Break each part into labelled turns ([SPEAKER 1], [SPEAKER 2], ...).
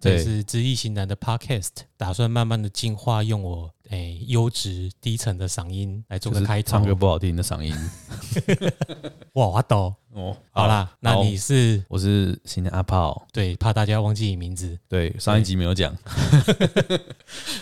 [SPEAKER 1] 这
[SPEAKER 2] 对
[SPEAKER 1] 是知易行难的 Podcast，打算慢慢的进化，用我诶优质低沉的嗓音来做
[SPEAKER 2] 就
[SPEAKER 1] 个
[SPEAKER 2] 是
[SPEAKER 1] 开头。
[SPEAKER 2] 唱歌不好听的 嗓音
[SPEAKER 1] 哇，我懂。
[SPEAKER 2] 哦。
[SPEAKER 1] 好，啦，那
[SPEAKER 2] 好
[SPEAKER 1] 你是
[SPEAKER 2] 我是新的阿炮，
[SPEAKER 1] 对怕大家忘记你名字。
[SPEAKER 2] 对，上一集没有讲，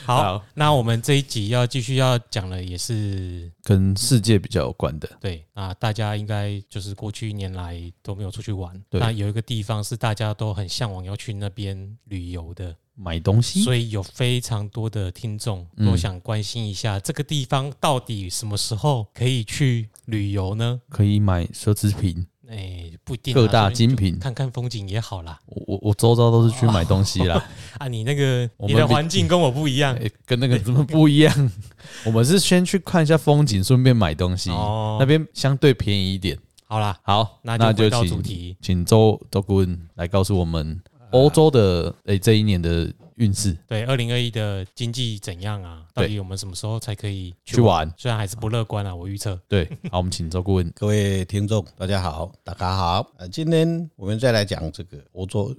[SPEAKER 1] 好，
[SPEAKER 2] 好
[SPEAKER 1] 那我们这一集要继续要讲的也是
[SPEAKER 2] 跟世界比较有关的，
[SPEAKER 1] 对啊，大家应该就是过去一年来都没有出去玩，
[SPEAKER 2] 对
[SPEAKER 1] 那有一个地方是大家都很向往要去那边旅游的，
[SPEAKER 2] 买东西，
[SPEAKER 1] 所以有非常多的听众
[SPEAKER 2] 嗯
[SPEAKER 1] 都想关心一下，这个地方到底什么时候可以去旅游呢？
[SPEAKER 2] 可以买奢侈品，
[SPEAKER 1] 哎、不一定啊、
[SPEAKER 2] 各大
[SPEAKER 1] 说不定
[SPEAKER 2] 精品。
[SPEAKER 1] 看看风景也好啦。
[SPEAKER 2] 我我我周遭都是去买东西 啦，
[SPEAKER 1] 啊，你那个
[SPEAKER 2] 我
[SPEAKER 1] 你
[SPEAKER 2] 们
[SPEAKER 1] 的
[SPEAKER 2] 比
[SPEAKER 1] 环境跟我不一样
[SPEAKER 2] 哎跟那个怎么不一 样？我们是先去看一下风景，顺便买东西，
[SPEAKER 1] 哦。
[SPEAKER 2] 那边相对便宜一点。
[SPEAKER 1] 好啦，
[SPEAKER 2] 好，
[SPEAKER 1] 那
[SPEAKER 2] 哎那
[SPEAKER 1] 就回
[SPEAKER 2] 就
[SPEAKER 1] 到主
[SPEAKER 2] 请
[SPEAKER 1] 题。呃
[SPEAKER 2] 请周周顾问来告诉我们欧洲的诶、这一年的运势
[SPEAKER 1] 对，二零二一的经济怎样啊？到
[SPEAKER 2] 对
[SPEAKER 1] 底我们什么时候才可以
[SPEAKER 2] 去？玩。
[SPEAKER 1] 虽然还是不乐观啊，我预测。
[SPEAKER 2] 对，好，我们请周顾问。
[SPEAKER 3] 各位听众，大家好，大家好。呃，今天我们再来讲这个欧洲。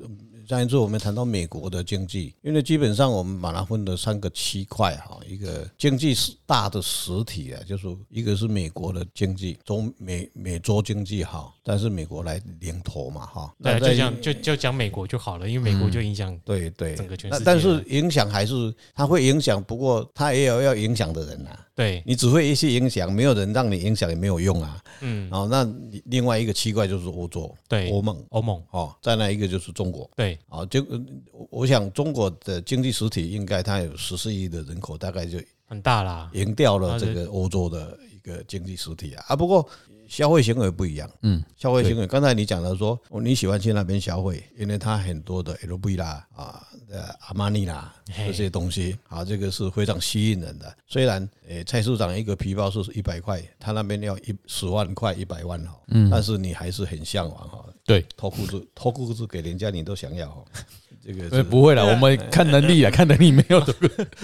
[SPEAKER 3] 上一次我们谈到美国的经济，因为基本上我们把它分了三个区块哈，一个经济是大的实体啊，就是一个是美国的经济，中美美洲经济哈，但是美国来领头嘛哈。
[SPEAKER 1] 对啊，
[SPEAKER 3] 那
[SPEAKER 1] 就
[SPEAKER 3] 在
[SPEAKER 1] 讲就就讲美国就好了，因为美
[SPEAKER 2] 嗯
[SPEAKER 1] 国就影响
[SPEAKER 3] 对对，
[SPEAKER 1] 整个全世
[SPEAKER 3] 啊那
[SPEAKER 1] 界
[SPEAKER 3] 但是影响还是它会影响，不过它也有要影响的人啊。
[SPEAKER 1] 对，
[SPEAKER 3] 你只会一些影响，没有人让你影响也没有用啊。
[SPEAKER 1] 嗯，
[SPEAKER 3] 哦，那你另外一个奇怪就是欧洲，
[SPEAKER 1] 对
[SPEAKER 3] 欧盟，
[SPEAKER 1] 欧盟
[SPEAKER 3] 哦，再来一个就是中国，
[SPEAKER 1] 对
[SPEAKER 3] 啊、就呃我我想中国的经济实体应该它有十四亿的人口，大概就
[SPEAKER 1] 很大啦，
[SPEAKER 3] 赢掉了这个欧洲的一个经济实体啊。啊，不过消费行为不一样，
[SPEAKER 2] 嗯，
[SPEAKER 3] 消费行为，刚才你讲到说哦你喜欢去那边消费，因为它很多的 LV 啦啊，呃阿玛尼啦
[SPEAKER 1] 嘿
[SPEAKER 3] 这些东西啊，这个是非常吸引人的。虽然诶蔡市长一个皮包是一百块，他那边要一十万块一百万哈，嗯，但是你还是很向往哦哈，
[SPEAKER 2] 对，
[SPEAKER 3] 脱裤子 脱裤子给人家你都想要哈， 这个
[SPEAKER 1] 哎
[SPEAKER 2] 呃
[SPEAKER 3] 是
[SPEAKER 2] 不会啦，我们看能力啊，看能力没有的，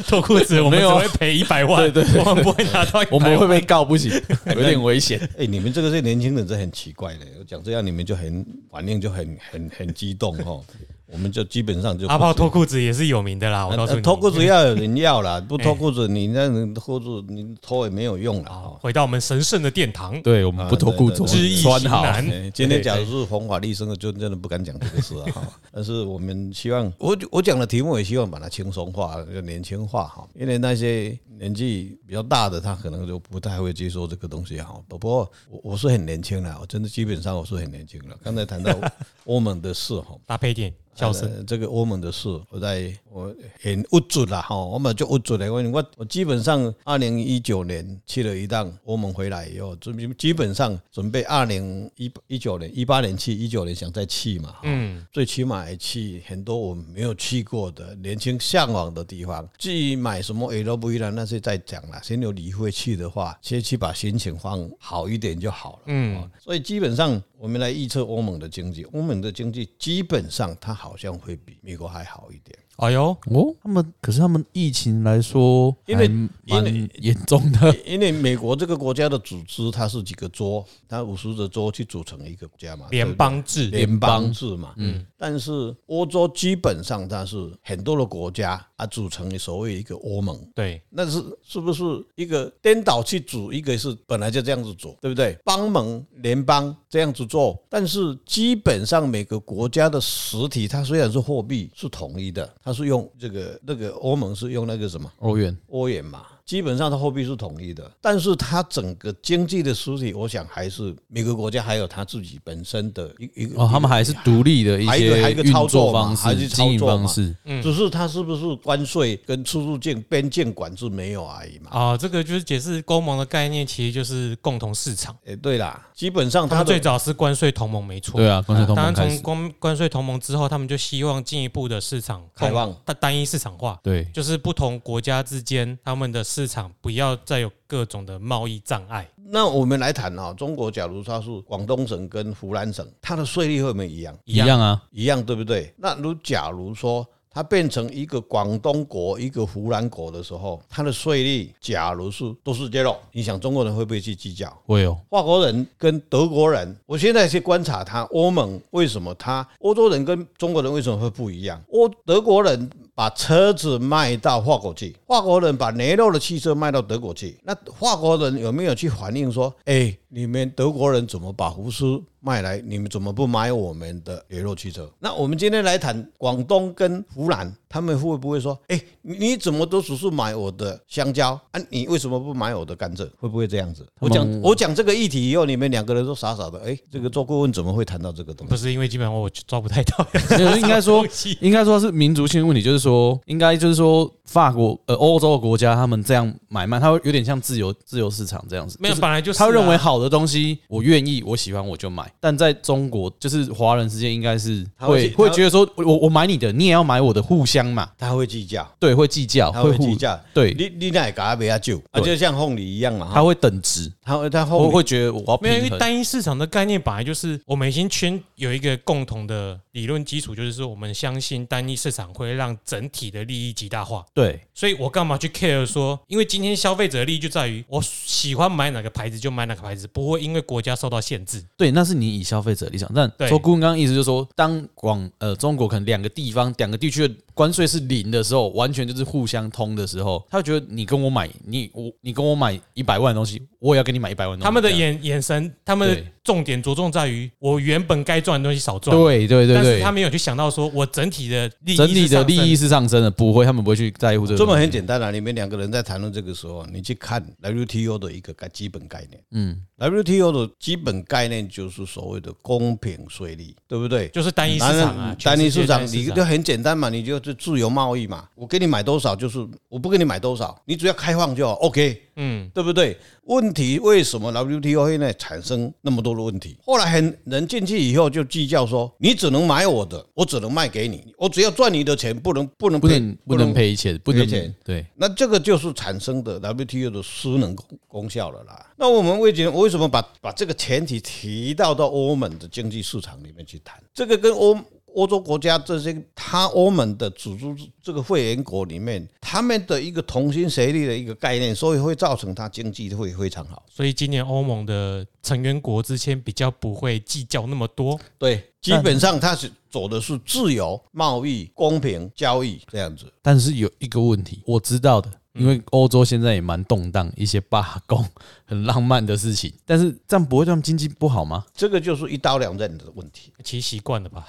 [SPEAKER 1] 脱裤子我们
[SPEAKER 2] 没
[SPEAKER 1] 只
[SPEAKER 2] 有啊
[SPEAKER 1] 会赔一百万，
[SPEAKER 2] 对
[SPEAKER 1] 我们不会拿到100万，
[SPEAKER 2] 我们会被告不行，有点危 险。
[SPEAKER 3] 哎、你们这个是年轻人，这很奇怪的。我讲这样，你们就很反应就很很很激动哈。 我们就基本上就
[SPEAKER 1] 阿炮脱裤子也是有名的啦，我告诉
[SPEAKER 3] 呃
[SPEAKER 1] 你，
[SPEAKER 3] 脱裤子要有人要啦，不
[SPEAKER 1] 哎
[SPEAKER 3] 脱裤子你那种裤子你脱也没有用了哦
[SPEAKER 1] 好
[SPEAKER 3] 哈。
[SPEAKER 1] 回到我们神圣的殿堂，
[SPEAKER 2] 对我们不脱裤子，
[SPEAKER 3] 啊对对对
[SPEAKER 2] 我们 穿好
[SPEAKER 1] 知易行。 难
[SPEAKER 3] 哎今天假如是红法律生的，就真的不敢讲这个事啊。哈但是我们希望，我我讲的题目也希望把它轻松化，就年轻化哈。因为那些年纪比较大的，他可能就不太会接受这个东西哈。不过我我是很年轻的，我真的基本上我是很年轻的。刚才谈到 欧盟的事哈，
[SPEAKER 1] 搭配一点笑声，
[SPEAKER 3] 呃这个欧盟的事，我在我很无助啦哈，我们就无助了。我我我基本上二零一九年去了一趟欧盟回来以后，准备基本上准备二零一一九年、一八年去，一九年想再去嘛，嗯，
[SPEAKER 1] 嗯，
[SPEAKER 3] 最起码也去很多我没有去过的、年轻向往的地方。至于买什么 LV 啦，那是再讲啦。先有理会去的话，先去把心情放好一点就好了。
[SPEAKER 1] 嗯
[SPEAKER 3] 哦，所以基本上我们来预测欧盟的经济，欧盟的经济基本上它好像会比美国还好一点。
[SPEAKER 1] 哎呦，
[SPEAKER 2] 哦，他们可是他们疫情来说，
[SPEAKER 3] 因为
[SPEAKER 2] 还
[SPEAKER 3] 因为
[SPEAKER 2] 蛮严重的。
[SPEAKER 3] 因为美国这个国家的组织，它是几个州，它五十个州去组成一个国家嘛，
[SPEAKER 1] 联邦制，
[SPEAKER 3] 联邦制嘛，嗯，但是欧洲基本上它是很多的国家啊组成所谓一个欧盟，
[SPEAKER 1] 对
[SPEAKER 3] 那是是不是一个颠倒去组，一个是本来就这样子组，对不对？帮盟、联邦这样子做，但是基本上每个国家的实体，它虽然是货币是统一的，它是用这个那个欧盟是用那个什么
[SPEAKER 2] 欧元
[SPEAKER 3] 欧元嘛，基本上它货币是统一的，但是它整个经济的实体，我想还是每个国家还有它自己本身的一一个
[SPEAKER 2] 哦，他们还是独立的一
[SPEAKER 3] 还有一个还
[SPEAKER 2] 些
[SPEAKER 3] 有一个
[SPEAKER 2] 运
[SPEAKER 3] 操
[SPEAKER 2] 作
[SPEAKER 3] 作嘛
[SPEAKER 2] 方
[SPEAKER 3] 还
[SPEAKER 2] 式、
[SPEAKER 3] 是
[SPEAKER 2] 经营
[SPEAKER 3] 操作嘛
[SPEAKER 2] 方式。
[SPEAKER 1] 嗯
[SPEAKER 3] 只是它是不是关税跟出入境边境管制没有而已嘛？
[SPEAKER 1] 啊，这个就是解释欧盟的概念，其实就是共同市场。
[SPEAKER 3] 诶，对啦，基本
[SPEAKER 1] 他
[SPEAKER 3] 上它
[SPEAKER 1] 们最
[SPEAKER 3] 的
[SPEAKER 1] 早是关税同盟，没错。
[SPEAKER 2] 嗯对啊，关税同
[SPEAKER 1] 当然，
[SPEAKER 2] 盟开
[SPEAKER 1] 从
[SPEAKER 2] 始。
[SPEAKER 1] 关关税同盟之后，他们就希望进一步的市场
[SPEAKER 3] 开放
[SPEAKER 1] 单单一市场化，
[SPEAKER 2] 对，
[SPEAKER 1] 就是不同国家之间他们的市场不要再有各种的贸易障碍。
[SPEAKER 3] 那我们来谈啊、中国假如它是广东省跟湖南省，它的税率会不会一样？
[SPEAKER 2] 一样啊，
[SPEAKER 3] 一样，对不对？那如假如说它变成一个广东国、一个湖南国的时候，它的税率假如是都是揭露，你想中国人会不会去计较？
[SPEAKER 2] 会有
[SPEAKER 3] 法国人跟德国人，我现在去观察他欧盟为什么他欧洲人跟中国人为什么会不一样？欧德国人把车子卖到法国去，法国人把雷诺的汽车卖到德国去，那法国人有没有去反映说，哎、你们德国人怎么把福斯卖来？你们怎么不买我们的雷诺汽车？那我们今天来谈广东跟湖南，他们会不会说，哎、你你怎么都只是买我的香蕉啊？你为什么不买我的甘蔗？会不会这样子？我
[SPEAKER 2] 嗯
[SPEAKER 3] 讲我讲这个议题以后，你们两个人都傻傻的，哎、这个做顾问怎么会谈到这个东西？
[SPEAKER 1] 不是因为基本上我抓不太到，
[SPEAKER 2] 没有，应该说
[SPEAKER 1] 东西，
[SPEAKER 2] 应该说是民族性问题，就是说，应该就是说，法国呃欧洲的国家，他们这样买卖，它会有点像自由自由市场这样子，
[SPEAKER 1] 没有，
[SPEAKER 2] 就是
[SPEAKER 1] 本来就是啊
[SPEAKER 2] 他认为好的东西，我愿意，我喜欢我就买。但在中国，就是华人世界，应该是
[SPEAKER 3] 他
[SPEAKER 2] 会
[SPEAKER 3] 会去
[SPEAKER 2] 会
[SPEAKER 3] 他
[SPEAKER 2] 觉得说，我我我买你的，你也要买我的，互相嘛，
[SPEAKER 3] 他会计较，
[SPEAKER 2] 对，会计较，
[SPEAKER 3] 他会
[SPEAKER 2] 哦互
[SPEAKER 3] 计，较。
[SPEAKER 2] 对，
[SPEAKER 3] 你你哪给他比较久啊？
[SPEAKER 2] 对
[SPEAKER 3] 就像凤梨一样嘛，
[SPEAKER 2] 他
[SPEAKER 3] 哈
[SPEAKER 2] 会等值，
[SPEAKER 3] 他他
[SPEAKER 2] 我
[SPEAKER 3] 后
[SPEAKER 2] 会觉得我要
[SPEAKER 1] 没有，因
[SPEAKER 2] 平
[SPEAKER 1] 为
[SPEAKER 2] 衡。
[SPEAKER 1] 单一市场的概念本来就是我们已经圈有一个共同的理论基础，就是说我们相信单一市场会让整体的利益极大化。
[SPEAKER 2] 对，
[SPEAKER 1] 所以我干嘛去 care 说？因为今天消费者的利益就在于我喜欢买哪个牌子就买哪个牌子，不会因为国家受到限制。
[SPEAKER 2] 对，那是你以消费者的立场。但
[SPEAKER 1] 对
[SPEAKER 2] 周顾问刚刚意思就是说，当广呃中国可能两个地方、两个地区的关税是零的时候，完全就是互相通的时候，他会觉得你跟我买，你我你跟我买一百万的东西，我也要跟你买一百万的东西。
[SPEAKER 1] 他们的
[SPEAKER 2] 这样
[SPEAKER 1] 眼眼神，他们的
[SPEAKER 2] 对
[SPEAKER 1] 重点着重在于我原本该赚的东西少赚，
[SPEAKER 2] 对对对
[SPEAKER 1] 但是
[SPEAKER 2] 对
[SPEAKER 1] 他，没有去想到说我整体的利益
[SPEAKER 2] 整体
[SPEAKER 1] 是
[SPEAKER 2] 的
[SPEAKER 1] 上
[SPEAKER 2] 利
[SPEAKER 1] 升
[SPEAKER 2] 益是上升的，不会，他们不会去在乎这个
[SPEAKER 3] 这
[SPEAKER 2] 东西。
[SPEAKER 3] 么很简单啊，你们两个人在谈论这个时候，你去看 WTO 的一个概基本概念。
[SPEAKER 2] 嗯，
[SPEAKER 3] WTO 的基本概念就是所谓的公平税率，对不对？
[SPEAKER 1] 就是单一市场
[SPEAKER 2] 嗯
[SPEAKER 1] 啊，
[SPEAKER 3] 单一市场，
[SPEAKER 1] 全世
[SPEAKER 3] 你
[SPEAKER 1] 界
[SPEAKER 3] 就
[SPEAKER 1] 单一市
[SPEAKER 3] 很简单嘛，你就是自由贸易嘛。我给你买多少就是，我不给你买多少，你只要开放就好 OK，
[SPEAKER 1] 嗯，
[SPEAKER 3] 对不对？问题为什么 WTO 会呢产生那么多的问题？后来很人进去以后就计较说，你只能买我的，我只能卖给你，我只要赚你的钱，不能不能
[SPEAKER 2] 不
[SPEAKER 3] 赔
[SPEAKER 2] 能不能赔钱，不
[SPEAKER 3] 赔
[SPEAKER 2] 能
[SPEAKER 3] 钱
[SPEAKER 2] 对，
[SPEAKER 3] 那这个就是产生的 WTO 的失能功功效了啦。那我们为什为什么把把这个前提提到到欧盟的经济市场里面去谈？这个跟欧欧洲国家这些他欧盟的组织这个会员国里面，他们的一个同心协力的一个概念，所以会造成它经济会非常好。
[SPEAKER 1] 所以今年欧盟的成员国之间比较不会计较那么多，
[SPEAKER 3] 对，基本上它是走的是自由贸易、公平交易这样子。
[SPEAKER 2] 但是有一个问题，我知道的，因为欧洲现在也蛮动荡，一些罢工很浪漫的事情，但是这样不会对他们经济不好吗？
[SPEAKER 3] 这个就是一刀两刃的问题，
[SPEAKER 1] 其实习惯了吧？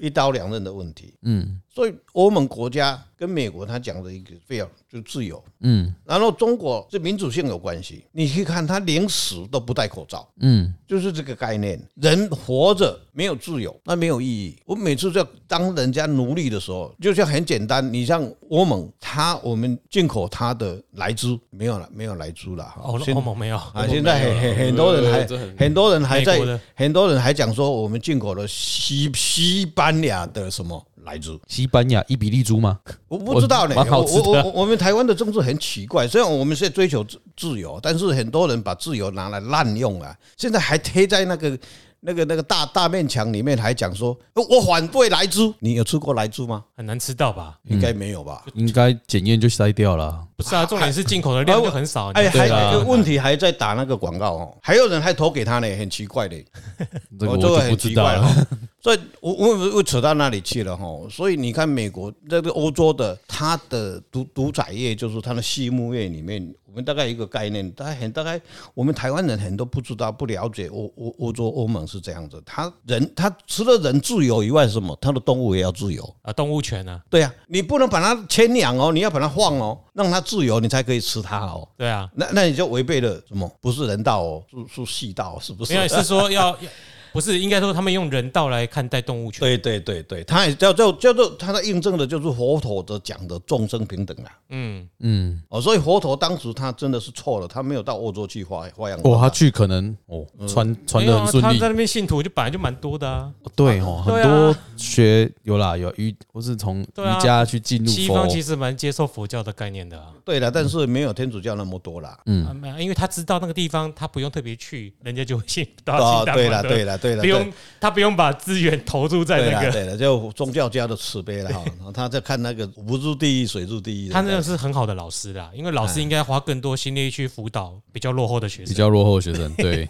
[SPEAKER 3] 一刀两刃的问题。
[SPEAKER 2] 嗯
[SPEAKER 3] 所以欧盟国家跟美国他讲的一个非常就自由，
[SPEAKER 2] 嗯
[SPEAKER 3] 然后中国是民主性有关系。你去看他连死都不戴口罩，
[SPEAKER 2] 嗯，
[SPEAKER 3] 就是这个概念。人活着没有自由，那没有意义。我每次在当人家奴隶的时候，就像很简单，你像欧盟，它我们进口它的莱猪没有了，没有莱猪了哈。
[SPEAKER 2] 哦
[SPEAKER 1] 欧
[SPEAKER 3] 现
[SPEAKER 1] 欧盟没有
[SPEAKER 3] 啊，现在很很很多人还很多人还
[SPEAKER 1] 美
[SPEAKER 3] 在
[SPEAKER 1] 国的
[SPEAKER 3] 很多人还讲说我们进口了西西班牙的什么莱猪。
[SPEAKER 2] 西班牙伊比利猪 吗？
[SPEAKER 3] 我不知道呢，
[SPEAKER 2] 我蛮好
[SPEAKER 3] 我
[SPEAKER 2] 吃的
[SPEAKER 3] 我我我们台湾的政治很奇怪，虽然我们是追求自自由，但是很多人把自由拿来滥用啊，现在还贴在那个那个那个大大面墙里面，还讲说呃我反对莱猪，你有吃过莱猪吗？
[SPEAKER 1] 很难吃到吧？
[SPEAKER 3] 应该没有吧？
[SPEAKER 2] 应该检验就筛掉了啊。
[SPEAKER 1] 不是啊，重点是进口的量就很少，啊
[SPEAKER 3] 哎，
[SPEAKER 1] 你
[SPEAKER 3] 还
[SPEAKER 2] 对啦
[SPEAKER 3] 这个问题还在打那个广告哦，还有人还投给他呢，很奇怪的。
[SPEAKER 2] 这个
[SPEAKER 3] 哦
[SPEAKER 2] 我就
[SPEAKER 3] 这个
[SPEAKER 2] 不
[SPEAKER 3] 很
[SPEAKER 2] 知
[SPEAKER 3] 奇
[SPEAKER 2] 道
[SPEAKER 3] 怪
[SPEAKER 2] 了。
[SPEAKER 3] 哦。所以我我我扯到那里去了哈，所以你看美国这个欧洲的它的独独宰业，就是它的畜牧业里面，我们大概有一个概念，大概很大概我们台湾人很多不知道不了解欧欧欧洲欧盟是这样子，他人他除了人自由以外，什么他的动物也要自由。
[SPEAKER 1] 啊，动物权啊，
[SPEAKER 3] 对呀、你不能把它牵养哦，你要把它放哦，让它自由，你才可以吃它哦。
[SPEAKER 1] 对啊，
[SPEAKER 3] 那那你就违背了什么？不是人道哦，是是细道，是不是？
[SPEAKER 1] 没有
[SPEAKER 3] 哎
[SPEAKER 1] 是说要，要不是应该说他们用人道来看待动物权，
[SPEAKER 3] 对对对对，他也叫叫叫做他的印证的就是佛陀的讲的众生平等啊。
[SPEAKER 1] 嗯，
[SPEAKER 2] 嗯，
[SPEAKER 3] 哦，所以佛陀当时他真的是错了，他没有到欧洲去发发扬 光
[SPEAKER 2] 哇，
[SPEAKER 3] 大。
[SPEAKER 2] 哦他去可能哦，传传
[SPEAKER 1] 嗯没
[SPEAKER 2] 的很
[SPEAKER 1] 有啊
[SPEAKER 2] 顺
[SPEAKER 1] 他在
[SPEAKER 2] 利。
[SPEAKER 1] 那边信徒就本来就蛮多的啊，
[SPEAKER 2] 哦对哦，
[SPEAKER 1] 对
[SPEAKER 2] 很
[SPEAKER 1] 啊
[SPEAKER 2] 多学有啦，有瑜，我是从
[SPEAKER 1] 对啊
[SPEAKER 2] 瑜伽去进入
[SPEAKER 1] 西
[SPEAKER 2] 佛
[SPEAKER 1] 方，其实蛮接受佛教的概念的啊，
[SPEAKER 3] 对了，但是没有天主教那么多啦。
[SPEAKER 2] 嗯
[SPEAKER 1] 啊没有，因为他知道那个地方他不用特别去，人家就会信到
[SPEAKER 3] 哦，
[SPEAKER 1] 西藏
[SPEAKER 3] 对
[SPEAKER 1] 嘛
[SPEAKER 3] 了对了对了，
[SPEAKER 1] 不用他不用把资源投注在
[SPEAKER 3] 对
[SPEAKER 1] 那
[SPEAKER 3] 了，
[SPEAKER 1] 个，
[SPEAKER 3] 对了，就宗教家的慈悲了哈。 然后他在看那个无入地狱，水入地狱。
[SPEAKER 1] 他那个是很好的老师啦，因为老
[SPEAKER 3] 哎
[SPEAKER 1] 师应该花更多心力去辅导比较落后的学
[SPEAKER 2] 比
[SPEAKER 1] 生。
[SPEAKER 2] 较落后的学生， 对，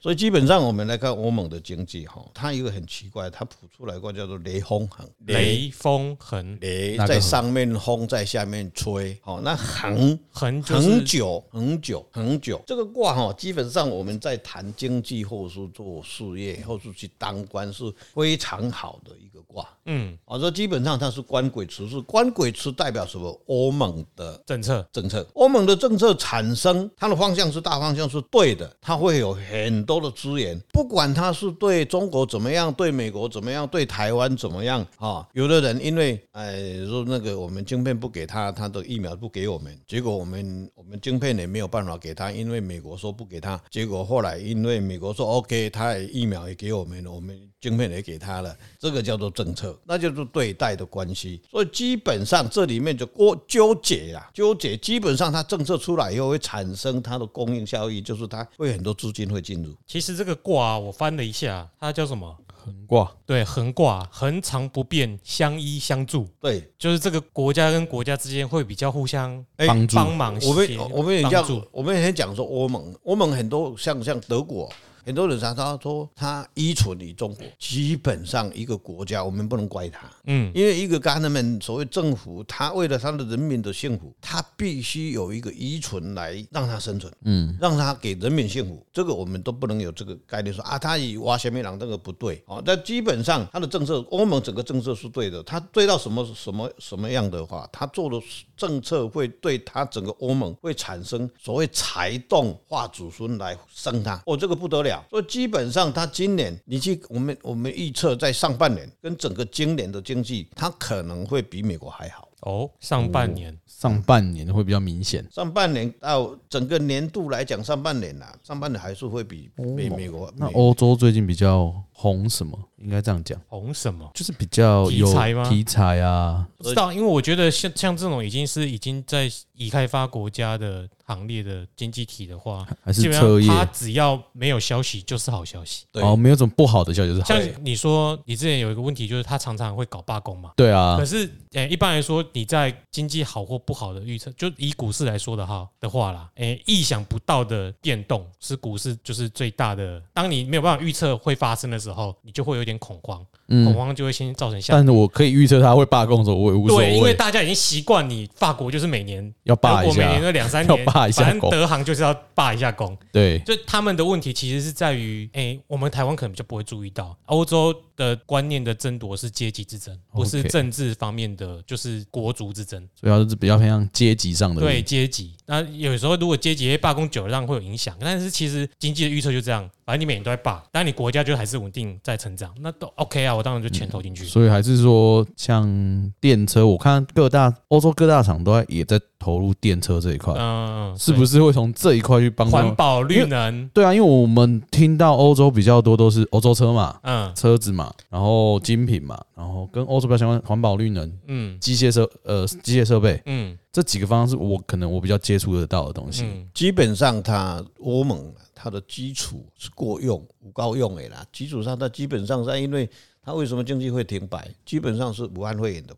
[SPEAKER 3] 所以基本上我们来看欧盟的经济哈，它有一个很奇怪，它谱出来过叫做雷轰行，
[SPEAKER 1] 雷锋横
[SPEAKER 3] 雷
[SPEAKER 2] 那个
[SPEAKER 3] 在
[SPEAKER 2] 横
[SPEAKER 3] 上面轰，在下面吹。好，那行
[SPEAKER 1] 横就
[SPEAKER 3] 很
[SPEAKER 1] 是
[SPEAKER 3] 久很久很久，这个卦哈，基本上我们在谈经济或是做事业，或是去当官是非常好的一个卦。
[SPEAKER 1] 嗯
[SPEAKER 3] 我说基本上它是官鬼池，是官鬼池代表什么？欧盟的
[SPEAKER 1] 政策，
[SPEAKER 3] 政策，欧盟的政策产生，它的方向是大方向是对的，它会有很多的资源，不管它是对中国怎么样，对美国怎么样，对台湾怎么样啊、有的人因为哎说那个我们晶片不给他，他的疫苗不给我们，结果我们我们晶片也没有办法给他，因为美国说不给他，结果后来因为美国说哦 OK，他也疫苗也给我们了，我们晶片也给他了，这个叫做政策，那就是对待的关系。所以基本上这里面就过纠结啦，纠结基本上它政策出来以后会产生它的供应效益，就是它会很多资金会进入。
[SPEAKER 1] 其实这个卦啊、我翻了一下，它叫什么？
[SPEAKER 2] 横挂
[SPEAKER 1] 对，横卦，恒常不变，相依相助，
[SPEAKER 3] 对，
[SPEAKER 1] 就是这个国家跟国家之间会比较互相
[SPEAKER 3] 哎
[SPEAKER 2] 帮助
[SPEAKER 1] 帮忙协。
[SPEAKER 3] 我们我们也
[SPEAKER 1] 帮
[SPEAKER 3] 讲
[SPEAKER 1] 助，
[SPEAKER 3] 我们也讲说欧盟，欧盟很多像像德国。很多人常常说他依存于中国，基本上一个国家我们不能怪他，
[SPEAKER 1] 嗯，
[SPEAKER 3] 因为一个 government 所谓政府，他为了他的人民的幸福，他必须有一个依存来让他生存，嗯，让他给人民幸福，这个我们都不能有这个概念说啊，他以挖前面郎这个不对啊、哦。但基本上他的政策，欧盟整个政策是对的，他对到什么什么什么样的话，他做的政策会对他整个欧盟会产生所谓财动化祖孙来生他，哦，这个不得了。所以基本上他今年你去我们我们预测在上半年跟整个今年的经济，它可能会比美国还好。
[SPEAKER 1] 哦，上半
[SPEAKER 3] 嗯
[SPEAKER 1] 年
[SPEAKER 2] 上半年会比较明显，
[SPEAKER 3] 上半年到整个年度来讲，上半年啊，上半年还是会比比美国
[SPEAKER 2] 那哦
[SPEAKER 3] 美
[SPEAKER 2] 欧洲最近比较红什么？应该这样讲，
[SPEAKER 1] 红什么？
[SPEAKER 2] 就是比较有
[SPEAKER 1] 题材吗
[SPEAKER 2] 题材啊，
[SPEAKER 1] 不知道，因为我觉得像像这种已经是已经在已开发国家的行列的经济体的话，
[SPEAKER 2] 还
[SPEAKER 1] 基
[SPEAKER 2] 是
[SPEAKER 1] 本
[SPEAKER 2] 车
[SPEAKER 1] 上
[SPEAKER 2] 业
[SPEAKER 1] 它只要没有消息就是好消息。
[SPEAKER 3] 对
[SPEAKER 2] 哦，没有什么不好的消息就是好
[SPEAKER 1] 像
[SPEAKER 2] 的。
[SPEAKER 1] 你说，你之前有一个问题就是它常常会搞罢工嘛。
[SPEAKER 2] 对啊
[SPEAKER 1] 可，是，诶、一般来说，你在经济好或不好的预测，就以股市来说的哈的话啦，诶、意想不到的变动是股市就是最大的。当你没有办法预测会发生的时候，你就会有点恐慌，恐
[SPEAKER 2] 嗯，
[SPEAKER 1] 慌就会先造成下
[SPEAKER 2] 但是我可以预测他会罢工的时候，我也无所
[SPEAKER 1] 对，因为
[SPEAKER 2] 谓，
[SPEAKER 1] 大家已经习惯你法国就是每年
[SPEAKER 2] 要
[SPEAKER 1] 德
[SPEAKER 2] 罢一
[SPEAKER 1] 国每
[SPEAKER 2] 下
[SPEAKER 1] 年，都两三年，
[SPEAKER 2] 要罢一下
[SPEAKER 1] 反正
[SPEAKER 2] 工
[SPEAKER 1] 德行就是要罢一下工。
[SPEAKER 2] 对，
[SPEAKER 1] 就他们的问题其实是在于，哎、我们台湾可能就不会注意到，欧洲的观念的争夺是阶级之争，不是
[SPEAKER 2] OK
[SPEAKER 1] 政治方面的，就是国族之争。
[SPEAKER 2] 主要是比较偏向阶级上的问
[SPEAKER 1] 对
[SPEAKER 2] 题。
[SPEAKER 1] 阶级，那有时候如果阶级罢工久了，让会有影响。但是其实经济的预测就这样，反正你每年都在罢，但你国家就还是稳定在成长，那都 OK 啊，我当然就钱投进去。
[SPEAKER 2] 所以还是说，像电车，我看各大欧洲各大厂都在也在投入电车这一块，
[SPEAKER 1] 嗯，
[SPEAKER 2] 啊是不
[SPEAKER 1] 是
[SPEAKER 2] 是会从这一块去帮他
[SPEAKER 1] 环
[SPEAKER 2] 们？
[SPEAKER 1] 保
[SPEAKER 2] 因
[SPEAKER 1] 绿
[SPEAKER 2] 为
[SPEAKER 1] 能？
[SPEAKER 2] 对啊，因为我们听到欧洲比较多都是欧洲车嘛、
[SPEAKER 1] 嗯
[SPEAKER 2] 车子嘛，然后精品嘛，然后跟欧洲比较相关环保、绿能、
[SPEAKER 1] 嗯
[SPEAKER 2] 机械设呃机械设备
[SPEAKER 1] 嗯
[SPEAKER 2] 这几个方向是我可能我比较接触得到的东西。
[SPEAKER 1] 嗯，
[SPEAKER 3] 基本上它欧盟它的基础是过用无高用的啦，基础上它基本上是因为它为什么经济会停摆，基本上是武汉肺炎的。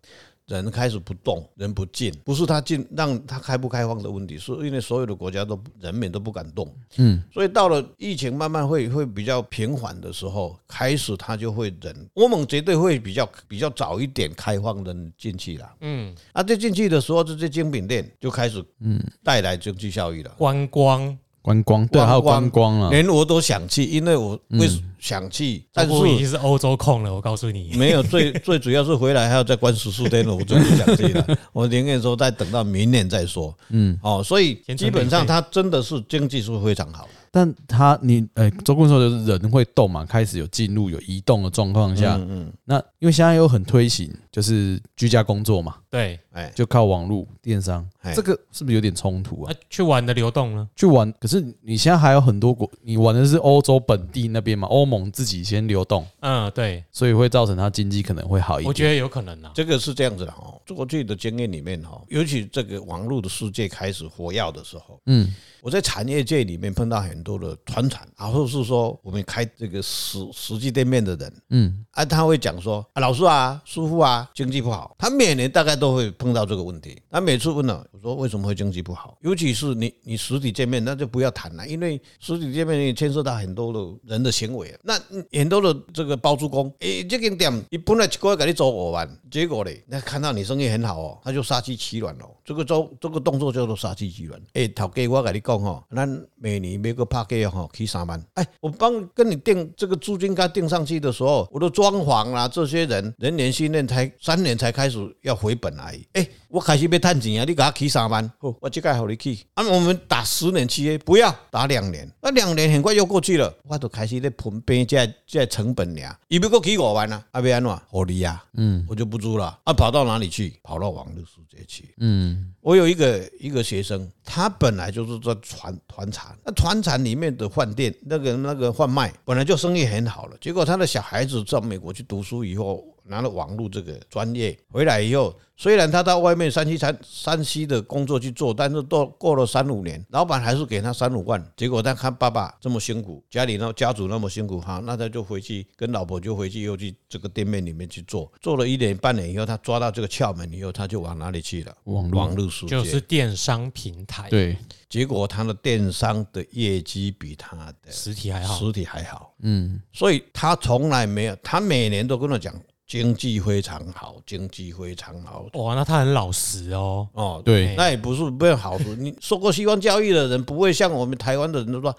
[SPEAKER 3] 人开始不动，人不进，不是他进让他开不开放的问题，是因为所有的国家都不人民都不敢动，嗯，所以到了疫情慢慢会会比较平缓的时候，开始他就会人，欧盟绝对会比较比较早一点开放人进去啦，嗯，啊，这进去的时候，这些精品店就开始嗯带来经济效益了。
[SPEAKER 1] 观光
[SPEAKER 2] 观光对啊，
[SPEAKER 3] 观光
[SPEAKER 2] 还有观光啊，
[SPEAKER 3] 连我都想去，因为我为想去，但
[SPEAKER 1] 我已
[SPEAKER 3] 是
[SPEAKER 1] 经是欧洲控了，我告诉你。
[SPEAKER 3] 没有最 最主要是回来还要再关十四天了，我就不想去了。我宁愿说再等到明年再说。嗯，哦，所以
[SPEAKER 1] 先
[SPEAKER 3] 基
[SPEAKER 1] 准备
[SPEAKER 3] 本上它真的是经济是非常好的。
[SPEAKER 2] 但他你呃，周棍说就是人会动嘛，开始有进入有移动的状况下，嗯那因为现在又很推行就是居家工作嘛，
[SPEAKER 1] 对，
[SPEAKER 3] 哎，
[SPEAKER 2] 就靠网络电商
[SPEAKER 3] 哎，
[SPEAKER 2] 这个是不是有点冲突啊
[SPEAKER 1] 那？去玩的流动呢？
[SPEAKER 2] 去玩，可是你现在还有很多国，你玩的是欧洲本地那边嘛，欧盟自己先流动，
[SPEAKER 1] 嗯，对，
[SPEAKER 2] 所以会造成它经济可能会好一
[SPEAKER 1] 我
[SPEAKER 2] 点。
[SPEAKER 1] 觉得有可能啊。
[SPEAKER 3] 这个是这样子的哦。过去的经验里面哦哈，尤其这个网络的世界开始活跃的时候，
[SPEAKER 2] 嗯，
[SPEAKER 3] 我在产业界里面碰到很多的船产，啊，或者是说我们开这个实实际店面的人，
[SPEAKER 2] 嗯，
[SPEAKER 3] 啊，他会讲说啊，老师啊，师傅啊，经济不好。他每年大概都会碰到这个问题。他每次问了，我说为什么会经济不好？尤其是你你实体见面，那就不要谈了，因为实体见面也牵涉到很多的人的行为。啊那很多的这个包租公，诶、这个店，你本来一个月给你做五万，结果嘞，那看到你生意很好哦，他就杀鸡取卵哦。这个做这个动作叫做杀鸡取卵。诶、头家我跟你讲哦，咱每年每个拍价吼起三万，哎，我帮跟你定这个租金该定上去的时候，我的装潢啦、这些人人年训练才三年才开始要回本来，哎、我开始要探钱啊，你给他起三万，好，我这个好你起，啊，我们打十年期的，不要打两年，那两年很快又过去了，我都开始在盆边在在成本俩，伊要过起五万啊，啊，要安怎合理啊，嗯，我就不租了，啊，跑到哪里去？跑到网络世界去，我有一个一个学生，他本来就是做船团产，那团产里面的饭店那个那个贩卖本来就生意很好了，结果他的小孩子到美国去读书以后，拿了网络这个专业回来以后，虽然他到外面山西山山西的工作去做，但是都过了三五年，老板还是给他三五万，结果他看爸爸这么辛苦，家里那家族那么辛苦，哈，那他就回去跟老婆就回去又去这个店面里面去做，做了一年半年以后，他抓到这个窍门以后，他就往哪里去了？
[SPEAKER 2] 网络
[SPEAKER 3] 网络世界，
[SPEAKER 1] 就是电商平台，，
[SPEAKER 2] 对，
[SPEAKER 3] 结果他的电商的业绩比他的
[SPEAKER 1] 实体还好，
[SPEAKER 3] 实体还好，
[SPEAKER 2] 嗯，
[SPEAKER 3] 所以他从来没有，他每年都跟我讲经济非常好，经济非常好
[SPEAKER 1] 哇，那他很老实哦，
[SPEAKER 3] 哦。
[SPEAKER 2] 对，
[SPEAKER 3] 那也不是没有好处。你受过西方教育的人，不会像我们台湾的人都说：“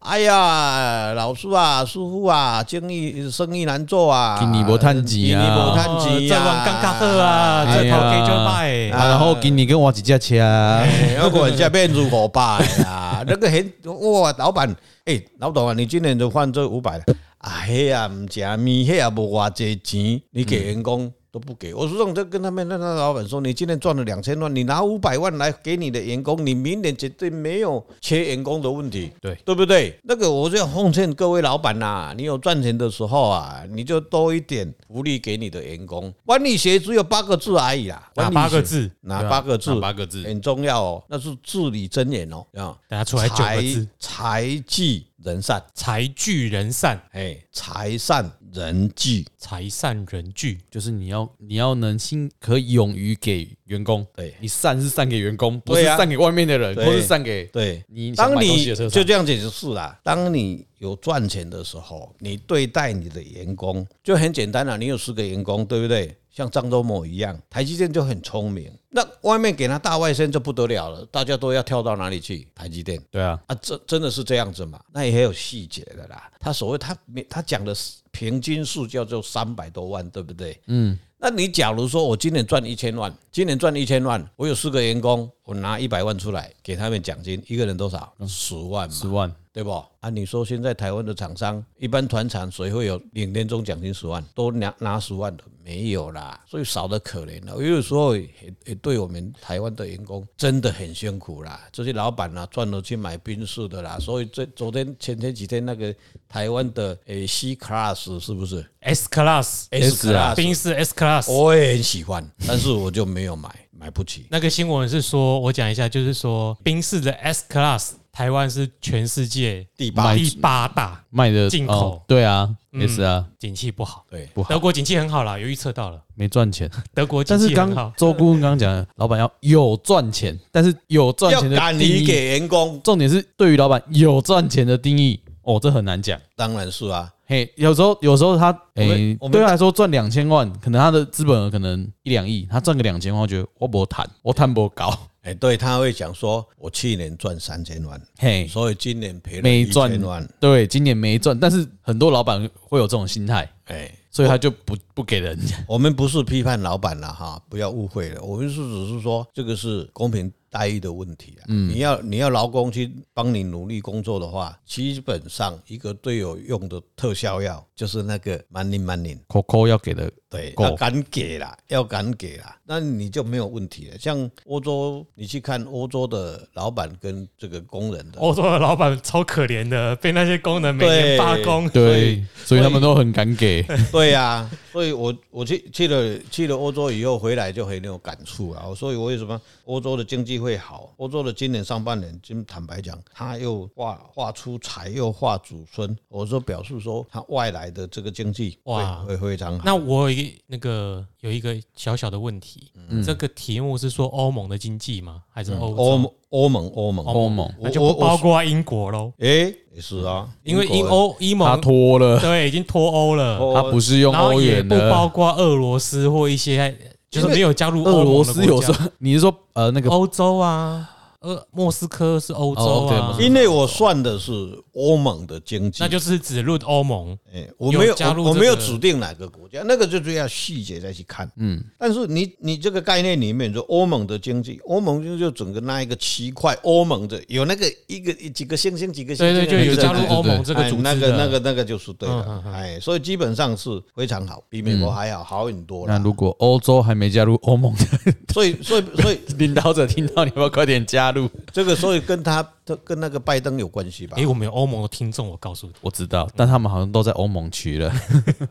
[SPEAKER 3] 哎呀，老师啊，师傅啊，生意生意难做啊，
[SPEAKER 2] 今年没赚钱啊
[SPEAKER 3] 今年没赚钱啊，
[SPEAKER 1] 哦这玩刚刚好啊，
[SPEAKER 2] 哎
[SPEAKER 1] 这
[SPEAKER 2] 呀
[SPEAKER 1] 头给就卖，
[SPEAKER 2] 啊然后给你跟我几架车啊，
[SPEAKER 3] 哎，要管一下变如火吧呀，啊那个很哇，老板，哎、老董啊，你今年就换这五百了，啊，嘿呀，唔食面，嘿啊呀，无偌济钱，你给员工。都不给，我说我就跟他们那那老板说，你今天赚了两千万，你拿五百万来给你的员工，你明年绝对没有缺员工的问题，
[SPEAKER 2] 对
[SPEAKER 3] 对不对？那个我就要奉劝各位老板呐、你有赚钱的时候啊，你就多一点福利给你的员工。管理学只有八个字而已啦，
[SPEAKER 1] 哪
[SPEAKER 3] 管理
[SPEAKER 1] 八个
[SPEAKER 3] 学
[SPEAKER 1] 字？哎
[SPEAKER 3] 哪八个字？
[SPEAKER 2] 哪八个字
[SPEAKER 3] 很重要哦，那是治理真言哦，啊，
[SPEAKER 1] 等下出来九个字，
[SPEAKER 3] 财财济人善，
[SPEAKER 1] 财聚人散，
[SPEAKER 3] 哎，财善人济，
[SPEAKER 1] 财散人聚，
[SPEAKER 2] 就是你要你要能心可以勇于给员工，
[SPEAKER 3] 对
[SPEAKER 2] 你善是善给员工，不是
[SPEAKER 3] 对啊
[SPEAKER 2] 善给外面的人，
[SPEAKER 3] 对
[SPEAKER 2] 或是善给
[SPEAKER 3] 对。
[SPEAKER 2] 你想
[SPEAKER 3] 当
[SPEAKER 2] 买东西
[SPEAKER 3] 你
[SPEAKER 2] 的车
[SPEAKER 3] 就
[SPEAKER 2] 上。
[SPEAKER 3] 这样解释啦。当你有赚钱的时候，你对待你的员工就很简单了、你有十个员工，对不对？像张忠谋一样，台积电就很聪明。那外面给他大外甥就不得了了，大家都要跳到哪里去？台积电。
[SPEAKER 2] 对啊，
[SPEAKER 3] 啊，真真的是这样子嘛？那也很有细节的啦。他所谓他没他讲的是平均数叫做三百多万，对不对？嗯。那你假如说我今年赚一千万，今年赚一千万，我有四个员工，我拿一百万出来给他们奖金，一个人多少？十万嘛，
[SPEAKER 2] 十万，
[SPEAKER 3] 对不？啊，你说现在台湾的厂商，一般团厂谁会有领年终奖金十万，都拿拿十万的没有啦，所以少的可怜了。有的时候也也对我们台湾的员工真的很辛苦啦，这些老板啊赚了去买宾士的啦，所以这昨天前天几天那个台湾的诶 C Class 是不是
[SPEAKER 1] S class
[SPEAKER 2] S 啊
[SPEAKER 1] 宾士 S class。
[SPEAKER 3] 我也很喜欢，但是我就没有买，买不起。
[SPEAKER 1] 那个新闻是说，我讲一下，就是说宾士的 S class，台湾是全世界
[SPEAKER 3] 第八
[SPEAKER 1] 第八大，
[SPEAKER 2] 卖的
[SPEAKER 1] 进口嗯
[SPEAKER 2] 哦对啊，也是啊，
[SPEAKER 1] 景气不好。
[SPEAKER 3] 对，
[SPEAKER 2] 不好
[SPEAKER 1] 德国景气很好啦，有预测到了，
[SPEAKER 2] 没 赚钱。
[SPEAKER 1] 德国
[SPEAKER 2] 但
[SPEAKER 1] 经
[SPEAKER 2] 是
[SPEAKER 1] 济很好
[SPEAKER 2] 刚。周顾问刚刚讲的，老板要有赚钱，但是有赚
[SPEAKER 3] 要
[SPEAKER 2] 钱的
[SPEAKER 3] 敢
[SPEAKER 2] 定
[SPEAKER 3] 于
[SPEAKER 2] 义，
[SPEAKER 3] 给员工，
[SPEAKER 2] 重点是对于老板有赚钱的定义，哦，这很难讲。
[SPEAKER 3] 当然是啊，
[SPEAKER 2] 嘿，有时候有时候他
[SPEAKER 3] 我们
[SPEAKER 2] 诶、
[SPEAKER 3] 我们
[SPEAKER 2] 对他来说赚两千万，可能他的资本额可能一两亿，他赚个两千万，我觉得我不谈，我谈不高。
[SPEAKER 3] 哎，对他会讲说，我去年赚三千万，
[SPEAKER 2] 嘿，
[SPEAKER 3] 所以今年赔了
[SPEAKER 2] 没
[SPEAKER 3] 一
[SPEAKER 2] 赚
[SPEAKER 3] 千万，
[SPEAKER 2] 对，今年没赚，但是很多老板会有这种心态，
[SPEAKER 3] 哎，
[SPEAKER 2] 所以他就不不给人家。
[SPEAKER 3] 我们不是批判老板了哈，不要误会了，我们是只是说这个是公平待遇的问题啊。你要你要劳工去帮你努力工作的话，基本上一个最有用的特效药就是那个 money money。
[SPEAKER 2] Coco 要给的，
[SPEAKER 3] 对，
[SPEAKER 2] 够
[SPEAKER 3] 要敢给啦，要敢给啦，那你就没有问题了。像欧洲，你去看欧洲的老板跟这个工人的，
[SPEAKER 1] 欧洲的老板超可怜的，被那些工人每年
[SPEAKER 3] 对
[SPEAKER 1] 罢工，
[SPEAKER 2] 对，所以他们都很敢给。
[SPEAKER 3] 对呀、所以我我去去了去了欧洲以后回来就很有感触啊。所以我为什么欧洲的经济会好？欧洲的今年上半年，今坦白讲，他又画画出财，又画祖孙，我说表示说他外来的这个经济会
[SPEAKER 1] 哇
[SPEAKER 3] 会非常好。
[SPEAKER 1] 那我有一个那个有一个小小的问题，
[SPEAKER 2] 嗯
[SPEAKER 1] 这个题目是说欧盟的经济吗？还是欧
[SPEAKER 3] 欧
[SPEAKER 1] 洲？
[SPEAKER 3] 盟欧盟欧盟，
[SPEAKER 2] 欧盟
[SPEAKER 1] 那
[SPEAKER 3] 我
[SPEAKER 1] 就
[SPEAKER 3] 我
[SPEAKER 1] 不包
[SPEAKER 3] 我
[SPEAKER 1] 括英国喽，
[SPEAKER 3] 诶、也是啊，
[SPEAKER 1] 因为英
[SPEAKER 3] 国
[SPEAKER 1] 欧英
[SPEAKER 2] 他
[SPEAKER 1] 盟
[SPEAKER 2] 脱了，
[SPEAKER 1] 对已经脱欧了，
[SPEAKER 2] 他不是用
[SPEAKER 1] 然后
[SPEAKER 2] 欧
[SPEAKER 1] 也
[SPEAKER 2] 元
[SPEAKER 1] 不
[SPEAKER 2] 的。
[SPEAKER 1] 包括俄罗斯或一些就是没有加入
[SPEAKER 2] 俄
[SPEAKER 1] 欧
[SPEAKER 2] 罗
[SPEAKER 1] 盟的国
[SPEAKER 2] 斯有
[SPEAKER 1] 家
[SPEAKER 2] 时候你是说呃那个
[SPEAKER 1] 欧洲啊，呃，莫斯科是欧洲
[SPEAKER 2] 哦对
[SPEAKER 1] 啊
[SPEAKER 2] 莫斯，科
[SPEAKER 3] 因为我算的是欧盟的经济，
[SPEAKER 1] 那就是只论欧盟。
[SPEAKER 3] 哎、我没有
[SPEAKER 1] 有加入
[SPEAKER 3] 我，我
[SPEAKER 1] 这
[SPEAKER 3] 没有
[SPEAKER 1] 个
[SPEAKER 3] 指定哪个国家，那个就是要细节再去看。嗯，但是你你这个概念里面，说欧盟的经济，欧盟就就整个那一个区块，欧盟的有那个一个几个星星几个星
[SPEAKER 1] 对
[SPEAKER 3] 星，
[SPEAKER 1] 对，就有
[SPEAKER 2] 对
[SPEAKER 1] 加入
[SPEAKER 2] 对对
[SPEAKER 1] 欧盟这个
[SPEAKER 3] 哎
[SPEAKER 1] 组织
[SPEAKER 3] 那
[SPEAKER 1] 的
[SPEAKER 3] 个那个那个就是对的，
[SPEAKER 1] 嗯嗯嗯嗯
[SPEAKER 3] 哎，所以基本上是非常好，比美国还好，好很多
[SPEAKER 2] 那
[SPEAKER 3] 了。
[SPEAKER 2] 如果欧洲还没加入欧盟的
[SPEAKER 3] 所以所以所以
[SPEAKER 2] 领导者听到，你要不要快点加入？
[SPEAKER 3] 这个所以跟他跟那个拜登有关系吧
[SPEAKER 1] 哎、？我们有欧盟的听众，我告诉你，
[SPEAKER 2] 我知道，但他们好像都在欧盟区了。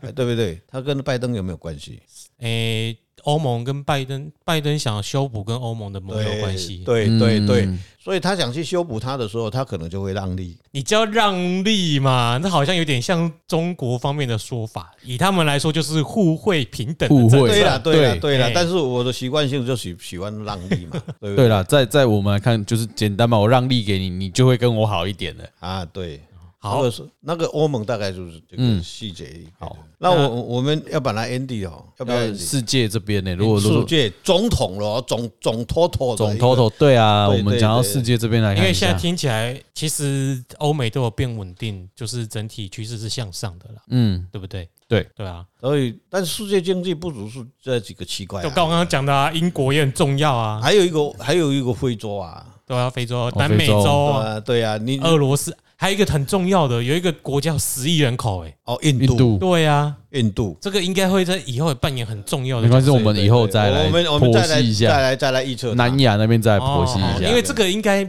[SPEAKER 3] 哎对不对？他跟拜登有没有关系？
[SPEAKER 1] 哎、欧盟跟拜登，拜登想要修补跟欧盟的盟友关系，
[SPEAKER 3] 对对对
[SPEAKER 2] 嗯，
[SPEAKER 3] 所以他想去修补他的时候，他可能就会让利。
[SPEAKER 1] 你叫让利嘛？那好像有点像中国方面的说法，以他们来说就是互惠平等的
[SPEAKER 2] 互惠
[SPEAKER 1] 政
[SPEAKER 3] 对
[SPEAKER 1] 策
[SPEAKER 3] 啦，对啦，
[SPEAKER 2] 对
[SPEAKER 3] 对啦
[SPEAKER 1] 哎。
[SPEAKER 3] 但是我的习惯性就喜喜欢让利 嘛，对
[SPEAKER 2] 对
[SPEAKER 3] 不对？
[SPEAKER 2] 了，在在我们来看，就是简单嘛，我让利给你，你就会跟我好一点的。
[SPEAKER 3] 啊，对。那
[SPEAKER 1] 好
[SPEAKER 3] 个，是那个欧盟大概就是这个细节。
[SPEAKER 2] 好，
[SPEAKER 3] 那我我们要把它 end 哦，要不要 end？
[SPEAKER 2] 呃世界这边呢，如果
[SPEAKER 3] 世
[SPEAKER 2] 说
[SPEAKER 3] 界总统了哦，总总 total 的
[SPEAKER 2] 总
[SPEAKER 3] 一个
[SPEAKER 2] total 对啊，
[SPEAKER 3] 对
[SPEAKER 2] 我
[SPEAKER 3] 对
[SPEAKER 2] 们讲到
[SPEAKER 3] 对
[SPEAKER 2] 世界这边来
[SPEAKER 3] 哎
[SPEAKER 1] 因
[SPEAKER 2] 看
[SPEAKER 1] 为
[SPEAKER 2] 一
[SPEAKER 1] 现在
[SPEAKER 2] 下，
[SPEAKER 1] 听起来，其实欧美都有变稳定，就是整体趋势是向上的啦，
[SPEAKER 2] 嗯，
[SPEAKER 1] 对不对？
[SPEAKER 2] 对
[SPEAKER 1] 对啊，
[SPEAKER 3] 所以，但是世界经济不只是这几个奇怪
[SPEAKER 1] 就，刚刚讲的、啊，英国也很重要啊，
[SPEAKER 3] 还有一个还有一个非洲啊，
[SPEAKER 1] 对啊，非洲、
[SPEAKER 2] 非洲
[SPEAKER 1] 南美洲、
[SPEAKER 3] 对
[SPEAKER 1] 啊、
[SPEAKER 3] 啊，对啊，你
[SPEAKER 2] 呃
[SPEAKER 1] 俄罗斯，还有一个很重要的，有一个国家有十亿人口、欸，
[SPEAKER 3] 哦，印
[SPEAKER 2] 印
[SPEAKER 3] 度，
[SPEAKER 2] 度
[SPEAKER 1] 对啊，
[SPEAKER 3] 印度，
[SPEAKER 1] 这个应该会在以后也扮演很重要的
[SPEAKER 2] 没关系，
[SPEAKER 1] 角色
[SPEAKER 2] 我们以后再
[SPEAKER 3] 对
[SPEAKER 2] 来
[SPEAKER 3] 我们我们再
[SPEAKER 2] 剖
[SPEAKER 3] 来
[SPEAKER 2] 析一
[SPEAKER 3] 再
[SPEAKER 2] 下，
[SPEAKER 3] 来再来预测它
[SPEAKER 2] 南亚那边再来剖析
[SPEAKER 1] 哦
[SPEAKER 2] 一
[SPEAKER 1] 因
[SPEAKER 2] 下，
[SPEAKER 1] 为这个应该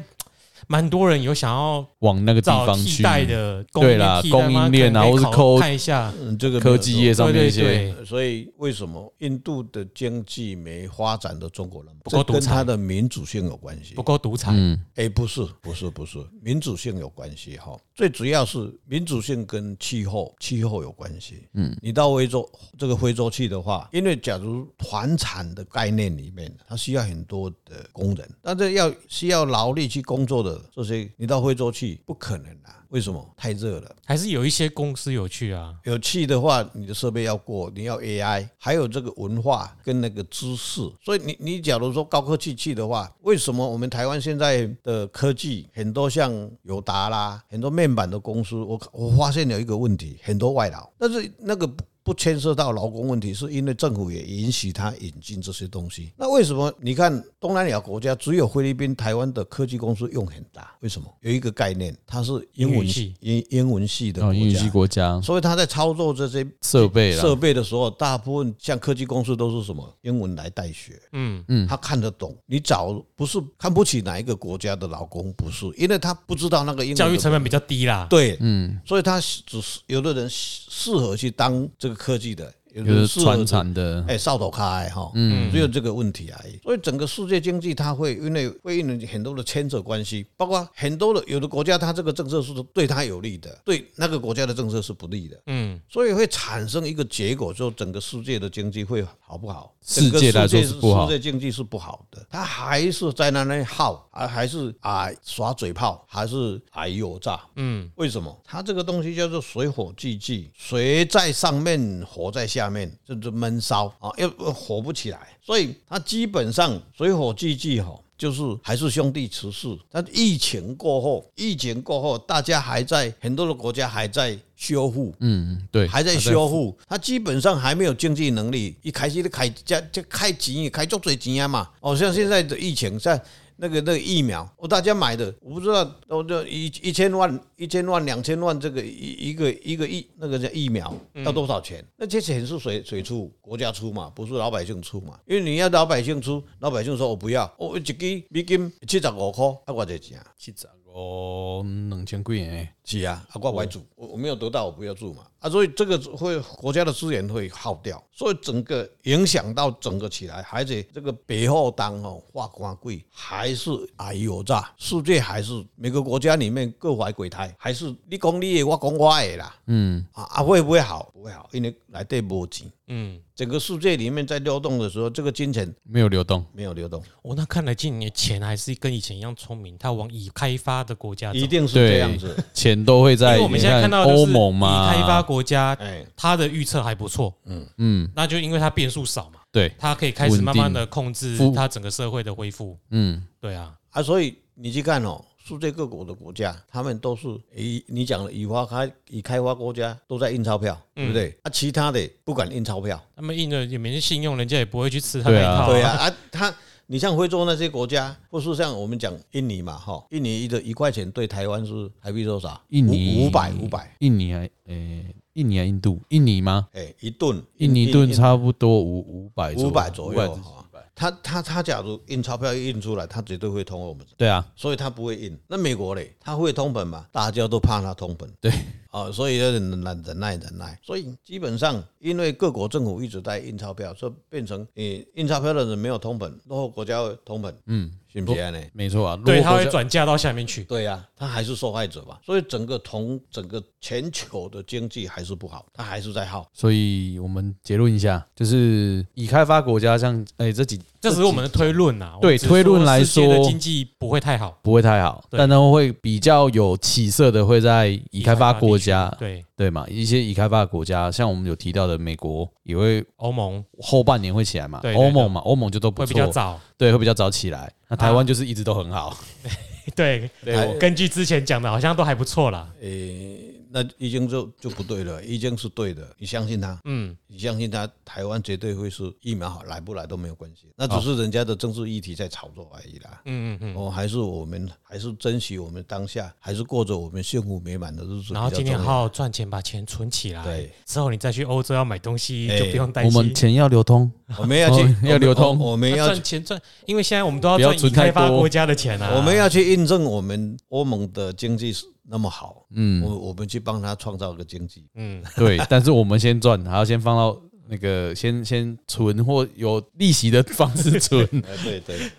[SPEAKER 1] 蛮多人有想要
[SPEAKER 2] 往那个地
[SPEAKER 1] 找
[SPEAKER 2] 方
[SPEAKER 1] 替
[SPEAKER 2] 去，
[SPEAKER 1] 代的供
[SPEAKER 2] 对
[SPEAKER 1] 应链
[SPEAKER 2] 啦
[SPEAKER 1] 替代
[SPEAKER 2] 供
[SPEAKER 1] 吗
[SPEAKER 2] 应链啊
[SPEAKER 1] 可能可以
[SPEAKER 2] 或是
[SPEAKER 1] 考
[SPEAKER 2] 抠
[SPEAKER 1] 看一下，
[SPEAKER 3] 嗯，这个没
[SPEAKER 2] 科
[SPEAKER 3] 有
[SPEAKER 2] 技业上
[SPEAKER 1] 对
[SPEAKER 2] 面
[SPEAKER 1] 对
[SPEAKER 2] 一些，嗯
[SPEAKER 1] 对，
[SPEAKER 3] 呃所以为什么印度的经济没发展的中国人
[SPEAKER 1] 不够
[SPEAKER 3] 这
[SPEAKER 1] 独
[SPEAKER 3] 跟
[SPEAKER 1] 裁
[SPEAKER 3] 它的民主性有关系
[SPEAKER 1] 不？够独裁，
[SPEAKER 2] 嗯，
[SPEAKER 3] 哎，不是，不是，不是，民主性有关系哈。最主要是民主性跟气候，气候有关系。嗯，你到非洲这个非洲去的话，因为假如团产的概念里面，它需要很多的工人，但是要需要劳力去工作的这些，你到非洲去不可能啊。为什么？太热了。
[SPEAKER 1] 还是有一些公司有去啊，
[SPEAKER 3] 有气的话，你的设备要过，你要 AI，还有这个文化跟那个知识。所以你你假如说高科技去的话，为什么我们台湾现在的科技很多像友达啦，很多面板的公司，我我发现有一个问题，很多外劳，但是那个不。不牵涉到劳工问题，是因为政府也允许他引进这些东西。那为什么你看东南亚国家只有菲律宾、台湾的科技公司用很大？为什么？有一个概念，它是英
[SPEAKER 1] 哦英
[SPEAKER 3] 文
[SPEAKER 1] 语系
[SPEAKER 3] 英英文系的
[SPEAKER 2] 然后哦
[SPEAKER 3] 国
[SPEAKER 2] 英语
[SPEAKER 3] 家
[SPEAKER 2] 系，国家
[SPEAKER 3] 所以他在操作这些
[SPEAKER 2] 设备啦，
[SPEAKER 3] 设备的时候，大部分像科技公司都是什么英文来代学，
[SPEAKER 1] 嗯，
[SPEAKER 3] 他看得懂。你找不是看不起哪一个国家的劳工，不是，因为他不知道那
[SPEAKER 2] 嗯
[SPEAKER 3] 个英文
[SPEAKER 1] 教育
[SPEAKER 3] 的
[SPEAKER 1] 成本比较低啦，
[SPEAKER 3] 对，嗯，所以他只是有的人适合去当这个科技的，有
[SPEAKER 2] 有
[SPEAKER 3] 的
[SPEAKER 2] 的
[SPEAKER 3] 人适合
[SPEAKER 2] 传产的，
[SPEAKER 3] 哎，扫帚开哈，只有这个问题而已。所以整个世界经济它会因为会因为很多的牵扯关系，包括很多的有的国家它这个政策是对它有利的，对那个国家的政策是不利的，
[SPEAKER 1] 嗯，
[SPEAKER 3] 所以会产生一个结果，就整个世界的经济会好不好？
[SPEAKER 2] 世界
[SPEAKER 3] 整个
[SPEAKER 2] 来说
[SPEAKER 3] 世界
[SPEAKER 2] 是不好
[SPEAKER 3] 世界经济是不好的，它还是在那里耗啊，还是啊耍嘴炮，还是哎呦炸，
[SPEAKER 1] 嗯，
[SPEAKER 3] 为什么？它这个东西叫做水火既济，水在上面，火在下面，这就闷烧啊，要不火不起来。所以它基本上水火既济哈，就是还是兄弟持世。但疫情过后，疫情过后，大家还在很多的国家还在修复，
[SPEAKER 2] 嗯，对，
[SPEAKER 3] 还在修复，他基本上还没有经济能力，一开始就开加就开钱，开足多钱啊嘛。哦，像现在的疫情，像那个那个疫苗，我大家买的，我不知道，我这一一千万、一千万、两千万，这个一一个一个疫那个叫疫苗要多少钱？那这钱是谁谁出？国家出嘛，不是老百姓出嘛？因为你要老百姓出，老百姓说我哦不要，我一支美金七十五块，啊，我这钱啊。
[SPEAKER 2] 哦七十五两千几元，嗯
[SPEAKER 3] 是啊，啊，我不爱住，我我没有得到，我不要住嘛。啊，所以这个会国家的资源会耗掉，所以整个影响到整个起来，而且这个北后当哦，化官贵还是哎呦炸，世界还是每个国家里面各怀鬼胎，还是你讲你的，我讲我的啦，嗯，啊啊会不会好？不会好，因为来对没钱，
[SPEAKER 1] 嗯，
[SPEAKER 3] 整个世界里面在流动的时候，这个金钱
[SPEAKER 2] 没有流动，
[SPEAKER 3] 没有流动，
[SPEAKER 1] 我、哦那看来今年钱还是跟以前一样聪明，它往已开发的国家走，
[SPEAKER 3] 一
[SPEAKER 1] 因
[SPEAKER 3] 定是
[SPEAKER 2] 对
[SPEAKER 3] 这样子，
[SPEAKER 2] 钱都会在
[SPEAKER 1] 为我们现在看到就是
[SPEAKER 2] 欧盟嘛，
[SPEAKER 1] 已开发国家
[SPEAKER 3] 哎，
[SPEAKER 1] 它的预测还不错，
[SPEAKER 2] 嗯，
[SPEAKER 1] 那就因为它变数少嘛，
[SPEAKER 2] 对，
[SPEAKER 1] 它可以开始慢慢的控制
[SPEAKER 2] 稳定
[SPEAKER 1] 它整个社会的恢复。
[SPEAKER 2] 嗯，
[SPEAKER 1] 对啊，
[SPEAKER 3] 啊，所以你去看哦，世界各国的国家，他们都是以你讲的已发开已开发国家都在印钞票，对不对？啊，其他的不敢印钞票，
[SPEAKER 1] 他们印的也没信用，人家也不会去吃他那一
[SPEAKER 2] 对啊
[SPEAKER 1] 套、
[SPEAKER 3] 对啊，啊，他你像非洲那些国家，或是像我们讲印尼嘛，哈，印尼的一块钱对台湾是台币多少？
[SPEAKER 2] 印尼
[SPEAKER 3] 五百五百，
[SPEAKER 2] 印尼还诶，印尼还印度，印尼吗？
[SPEAKER 3] 哎，一吨，
[SPEAKER 2] 印尼盾差不多五五百
[SPEAKER 3] 五百左右
[SPEAKER 2] 500至
[SPEAKER 3] 哈。他他他假如印钞票一印出来，他绝对会通过我们。
[SPEAKER 2] 对啊，
[SPEAKER 3] 所以他不会印。那美国嘞，他会通膨嘛？大家都怕他通膨。
[SPEAKER 2] 对，
[SPEAKER 3] 哦，所以要忍忍忍耐忍耐。所以基本上，因为各国政府一直在印钞票，所以变成你印钞票的人没有通膨，落后国家会通膨，
[SPEAKER 2] 嗯，
[SPEAKER 3] 信不信呢？
[SPEAKER 2] 没错啊，
[SPEAKER 1] 对，
[SPEAKER 2] 如果
[SPEAKER 1] 它
[SPEAKER 2] 国
[SPEAKER 1] 会
[SPEAKER 2] 家
[SPEAKER 1] 转嫁到下面去。
[SPEAKER 3] 对呀、他还是受害者嘛。所以整个同整个全球的经济还是不好，他还是在耗。
[SPEAKER 2] 所以我们结论一下，就是已开发国家像诶、这几
[SPEAKER 1] 这只是我们的推论呐、啊。我
[SPEAKER 2] 对
[SPEAKER 1] 们只是
[SPEAKER 2] 推论来
[SPEAKER 1] 世界的
[SPEAKER 2] 说
[SPEAKER 1] 经济不会太好。
[SPEAKER 2] 不会太好，
[SPEAKER 1] 对
[SPEAKER 2] 但它会比较有起色的，会在已开发国家
[SPEAKER 1] 对，
[SPEAKER 2] 对嘛？一些已开发国家，像我们有提到的美国也会
[SPEAKER 1] 欧盟
[SPEAKER 2] 后半年会起来嘛
[SPEAKER 1] 对，对
[SPEAKER 2] 欧盟嘛，欧盟就都不
[SPEAKER 1] 会比较
[SPEAKER 2] 错，
[SPEAKER 1] 早。啊
[SPEAKER 2] 对，会比较早起来。那台湾就是一直都很好，
[SPEAKER 1] 对，
[SPEAKER 3] 哎
[SPEAKER 1] 根据之前讲的，好像都还不错啦。
[SPEAKER 3] 诶、那已经就就不对了，已经是对的，你相信他。
[SPEAKER 1] 嗯，
[SPEAKER 3] 你相信他，台湾绝对会是疫苗好来不来都没有关系，那只是人家的政治议题在炒作而已啦。
[SPEAKER 1] 哦嗯嗯嗯。
[SPEAKER 3] 哦，还是我们还是珍惜我们当下，还是过着我们幸福美满的日子比较重要。
[SPEAKER 1] 然后今天好好赚钱，把钱存起来。
[SPEAKER 3] 对，
[SPEAKER 1] 之后你再去欧洲要买东西
[SPEAKER 3] 哎
[SPEAKER 1] 就不 用担
[SPEAKER 2] 我
[SPEAKER 1] 心。
[SPEAKER 2] 们钱要流通，
[SPEAKER 3] 我 们要去
[SPEAKER 2] 哦要流通
[SPEAKER 3] 我我我们
[SPEAKER 1] 哎要
[SPEAKER 3] 要
[SPEAKER 1] 赚钱赚，因为现在我们都要
[SPEAKER 2] 不要
[SPEAKER 1] 赚已
[SPEAKER 2] 存太
[SPEAKER 1] 开发
[SPEAKER 2] 多
[SPEAKER 1] 国家的钱啊。
[SPEAKER 3] 我们要去印证我们欧盟的经济是那么好，
[SPEAKER 2] 嗯，
[SPEAKER 3] 我我们去帮他创造一个经济。
[SPEAKER 1] 嗯，
[SPEAKER 2] 对，但是我们先赚，还要先放到那个先先存或有利息的方 式存，
[SPEAKER 3] 哎，对对，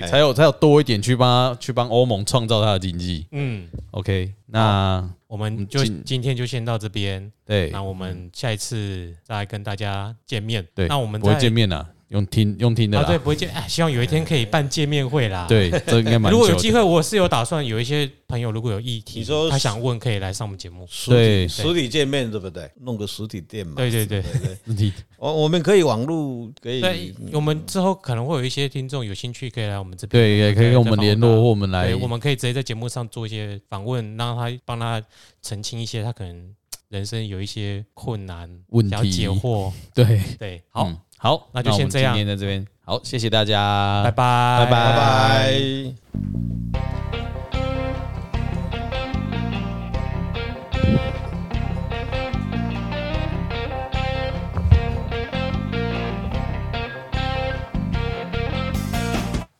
[SPEAKER 2] 对，才有才有多一点去帮他去帮欧盟创造它的经济。
[SPEAKER 1] 嗯，
[SPEAKER 2] OK，那
[SPEAKER 1] 我们就
[SPEAKER 2] 今
[SPEAKER 1] 今天就先到这边。
[SPEAKER 2] 嗯对
[SPEAKER 1] 那我们下一次再跟大家见面。
[SPEAKER 2] 对，
[SPEAKER 1] 那我们
[SPEAKER 2] 不会
[SPEAKER 1] 再
[SPEAKER 2] 见面啦，用听用听的
[SPEAKER 1] 啊，对，
[SPEAKER 2] 啦。
[SPEAKER 1] 不会见。哎，希望有一天可以办见面会啦。。
[SPEAKER 2] 对，这应该蛮
[SPEAKER 1] 啊如果有
[SPEAKER 2] 久
[SPEAKER 1] 机
[SPEAKER 2] 的。
[SPEAKER 1] 会，我是有打算有一些朋友如果有议题，
[SPEAKER 3] 你说
[SPEAKER 1] 他想问，可以来上我们节目。
[SPEAKER 3] 实
[SPEAKER 2] 对
[SPEAKER 3] 体实体见面对不对？弄个实体店嘛。
[SPEAKER 1] 对对对
[SPEAKER 3] 对，
[SPEAKER 2] 你
[SPEAKER 3] 哦我我们可以网络可
[SPEAKER 1] 对
[SPEAKER 3] 以，
[SPEAKER 1] 我们之后可能会有一些听众有兴趣，可以来我们这边。
[SPEAKER 2] 对，也可以跟我们联络，或我们来
[SPEAKER 1] 对，我们可以直接在节目上做一些访问，让他帮他澄清一些他可能人生有一些困难
[SPEAKER 2] 问
[SPEAKER 1] 想要解
[SPEAKER 2] 题。
[SPEAKER 1] 惑。
[SPEAKER 2] 对，
[SPEAKER 1] 对，好，
[SPEAKER 2] 嗯好，
[SPEAKER 1] 那就
[SPEAKER 2] 我
[SPEAKER 1] 先
[SPEAKER 2] 们
[SPEAKER 1] 这样
[SPEAKER 2] 今天在这边，好，谢谢大家，
[SPEAKER 1] 拜拜，
[SPEAKER 2] 拜
[SPEAKER 3] 拜拜。